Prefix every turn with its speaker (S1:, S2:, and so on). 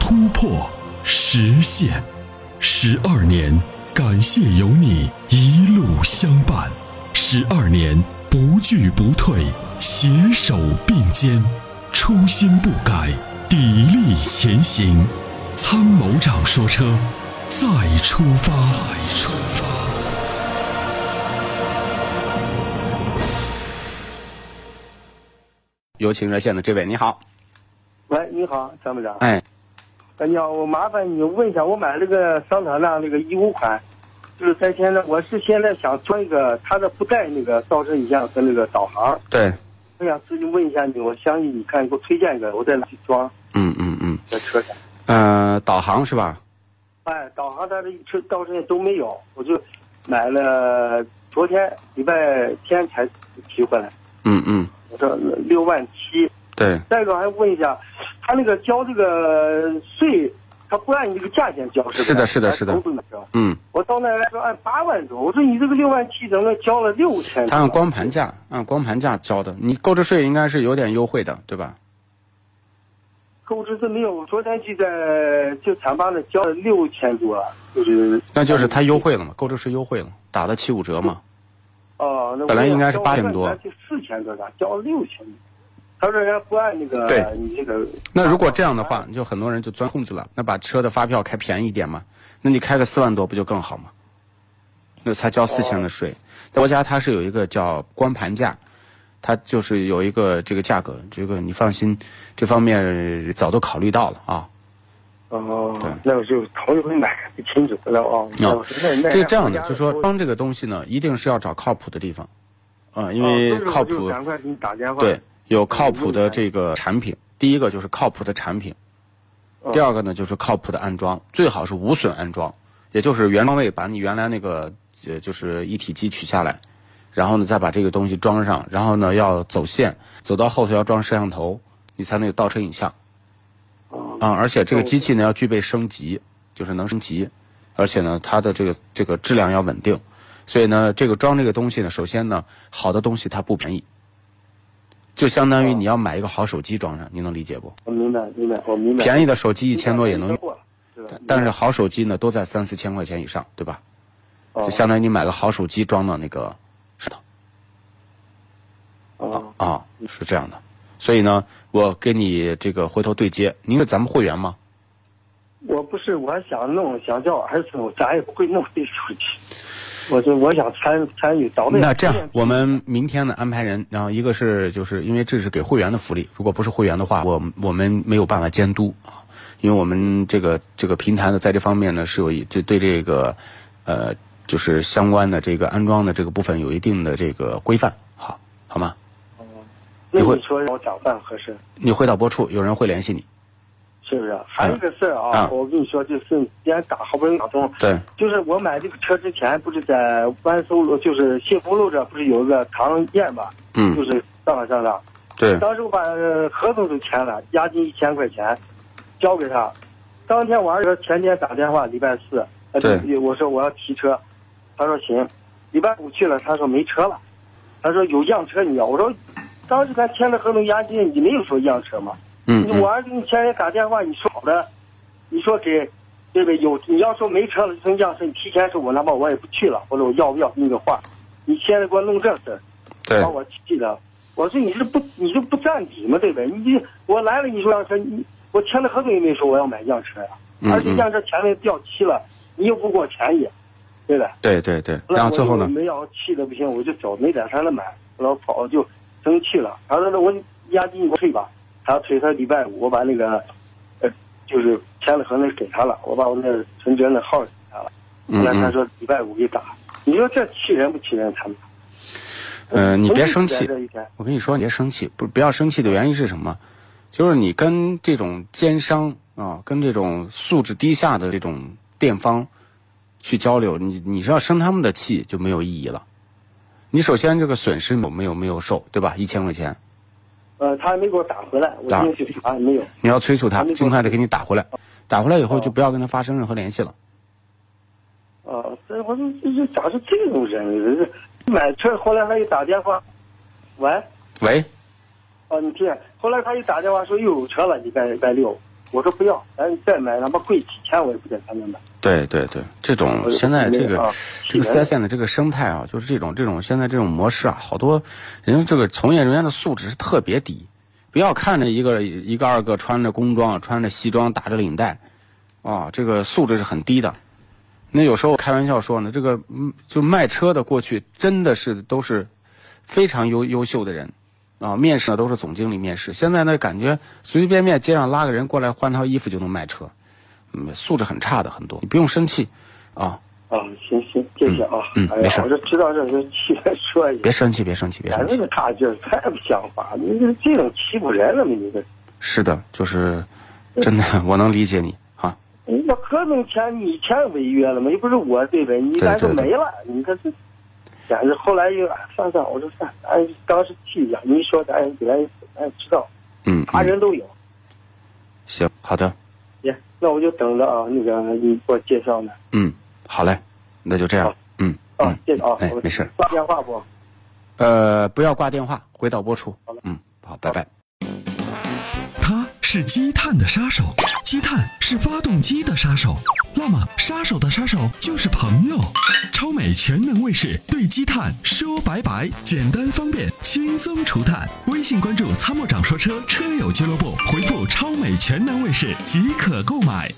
S1: 突破、实现，十二年，感谢有你一路相伴，十二年不惧不退，携手并肩，初心不改，砥砺前行。参谋长说车，再出发。再出发。
S2: 有请热线的这位，你好，
S3: 喂，你好，参谋长。
S2: 哎，
S3: 哎，你好，我麻烦你问一下，我买了个桑塔纳那个一五款，就是在现在，我是现在想装一个它的不带那个倒车影像和那个导航，
S2: 对，
S3: 我想咨询问一下你，我相信你看给我推荐一个，我在哪去装
S2: 嗯嗯嗯，
S3: 在车上？
S2: 呃，导航是吧？
S3: 哎，导航它这一车到现在都没有，我就买了，昨天礼拜天才提回来，
S2: 嗯嗯，
S3: 我这六万七。
S2: 对，
S3: 再一个还问一下，他那个交这个税，他不按你这个价钱交，是
S2: 是
S3: 吧
S2: 的是的
S3: 还
S2: 是的
S3: 成本交
S2: 嗯，
S3: 我到那儿来说按八万多，我说你这个六万七怎么交了六千？
S2: 他按光盘价，按光盘价交的，你购置税应该是有点优惠的，对吧？
S3: 购置税没有，我昨天去在就厂巴那交了六千多，就是
S2: 那就是他优惠了嘛，购置税优惠了，打了七五折嘛。
S3: 哦，那我
S2: 本来应该是
S3: 交
S2: 8000多
S3: 我算算就四千多的，交了六千多。他说人家不按那个
S2: 对
S3: 你这个，
S2: 那如果这样的话，你就很多人就钻空子了，那把车的发票开便宜一点嘛，那你开个四万多不就更好吗？那才交四千的税。国家它是有一个叫光盘价，它就是有一个这个价格，这个你放心，这方面早都考虑到了啊。
S3: 哦
S2: 对，
S3: 那我就头一回买，就亲戚回来哦。那我说那那
S2: 这这样的，
S3: 那
S2: 就说
S3: 我
S2: 装这个东西呢，一定是要找靠谱的地方，啊、因为
S3: 哦所以我
S2: 靠
S3: 就
S2: 谱，
S3: 赶快给你打电话。
S2: 对，有靠谱的这个产品。第一个就是靠谱的产品，第二个呢就是靠谱的安装，最好是无损安装，也就是原装位把你原来那个呃就是一体机取下来，然后呢再把这个东西装上，然后呢要走线，走到后头要装摄像头，你才能有倒车影像。
S3: 哦
S2: 啊，而且这个机器呢要具备升级，就是能升级，而且呢它的这个这个质量要稳定，所以呢这个装这个东西呢，首先呢好的东西它不便宜，就相当于你要买一个好手机装上，你能理解不？
S3: 我明白，明白，我明白。
S2: 便
S3: 宜
S2: 宜的手机一千多也能用。
S3: 是吧，
S2: 但是好手机呢，都在三四千块钱以上，对吧？
S3: 哦
S2: 就相当于你买个好手机装到那个石头
S3: 哦
S2: 啊，是这样的。所以呢，我给你这个回头对接，您是咱们会员吗？
S3: 我不是，我还想弄，想叫我儿子弄，咱也不会弄这手机。我就我想参参与找
S2: 那这样，我们明天呢安排人，然后一个是就是因为这是给会员的福利，如果不是会员的话，我我们没有办法监督啊，因为我们这个这个平台呢，在这方面呢是有一对对这个呃就是相关的这个安装的这个部分有一定的这个规范，好好吗？
S3: 那
S2: 你会
S3: 你说让我咋办合适？
S2: 你回到播处，有人会联系你。
S3: 是不是？还有一个事儿啊，
S2: 嗯
S3: 我跟你说，就是今天打好不容易打通，
S2: 对，
S3: 就是我买这个车之前，不是在万寿路，就是幸福路这，不是有一个唐宴嘛？就
S2: 嗯，
S3: 是上了上了。
S2: 对，
S3: 当时我把呃合同都签了，押金一千块钱，交给他。当天晚上前天打电话，礼拜四，呃
S2: 对
S3: 不我说我要提车，他说行。礼拜五去了，他说没车了，他说有样车你要。我说，当时咱签了合同押金，你没有说样车吗？
S2: 嗯
S3: 我
S2: 嗯，
S3: 儿子你前天打电话，你说好的，你说给，对不对？有你要说没车了，从样车你提前说，我那么我也不去了，或者我要不要那个话，你现在给我弄这事儿。
S2: 对
S3: 把，我气的。我说你这不你这不占理吗？对不对？你这我来了，你说让车，你我签了合同也没说我要买样车呀、
S2: 嗯
S3: 而且
S2: 嗯
S3: 样车前面掉漆了，你又不给我便宜，对不
S2: 对
S3: 对？
S2: 对对。
S3: 后来
S2: 然后最后
S3: 我
S2: 呢
S3: 就？没要气的不行，我就走，没在山了买，后来我跑就生气了，他说那我押金你给我退吧，他退他礼拜五我把那个呃就是签了合同给他了，我把我那存折那号给他了，后
S2: 嗯
S3: 来他
S2: 嗯
S3: 说礼拜五给打，你说这气人不气人？他们，
S2: 嗯，你别生
S3: 从
S2: 气
S3: 这，一天
S2: 我跟你说，你别生气，不不要生气的原因是什么？就是你跟这种奸商啊，跟这种素质低下的这种店方去交流，你你是要生他们的气就没有意义了。你首先这个损失有没有没有受，对吧？一千块钱，
S3: 呃，他还没给我打回来，我
S2: 打
S3: 今天去查也没有。
S2: 你要催促他
S3: 还没，
S2: 尽快的给你打回来。打回来以后
S3: 哦
S2: 就不要跟他发生任何联系了。
S3: 啊，这我说这这咋是这种人？这这买车后来他一打电话，喂，
S2: 喂，
S3: 啊，你听，后来他一打电话说又有车了，一百一百六，我说不要，咱再买他妈贵几千我也不给他们买。
S2: 对对对，这种现在这个
S3: 啊
S2: 这个
S3: 起源
S2: 4S 店的这个生态啊，就是这种这种现在这种模式啊，好多人这个从业人员的素质是特别低。不要看着一个一个二个穿着工装、穿着西装、打着领带，啊，这个素质是很低的。那有时候开玩笑说呢，这个嗯，就卖车的过去真的是都是非常优优秀的人，啊，面试呢都是总经理面试。现在呢，感觉随随便便街上拉个人过来换套衣服就能卖车，嗯，素质很差的很多。你不用生气，啊，
S3: 啊，行行，谢谢啊。
S2: 嗯嗯
S3: 哎
S2: 没
S3: 呀
S2: 事，
S3: 我就知道这是气人说也
S2: 别，生气，别生气，别
S3: 咱
S2: 生
S3: 这
S2: 气。
S3: 个大劲儿太不像话，你这这种欺负人了吗？你这，
S2: 是的，就是真的，我能理解你啊。
S3: 你这合同签你签违约了吗？又不是我对呗，你
S2: 对
S3: 咱就
S2: 对对
S3: 没了，你这这。简直后来又哎算算，我说算，哎，当时气一下，你一说咱也给咱咱也知道，
S2: 嗯，
S3: 啥
S2: 嗯
S3: 人都有，
S2: 行，好的，
S3: 行，那我就等着啊，那个你给我介绍呢。
S2: 嗯，好嘞，那就这样
S3: 好，
S2: 嗯，
S3: 啊
S2: 嗯，，
S3: 谢谢啊，
S2: 哎
S3: 我
S2: 没事
S3: 挂电话不？
S2: 呃，不要挂电话，回导播处
S3: 好嘞，
S2: 嗯，好，拜拜。
S1: 它是积碳的杀手，积碳是发动机的杀手。那么，杀手的杀手就是朋友。超美全能卫士对积碳说拜拜，简单方便，轻松除碳。微信关注“参谋长说车”车友俱乐部，回复“超美全能卫士”即可购买。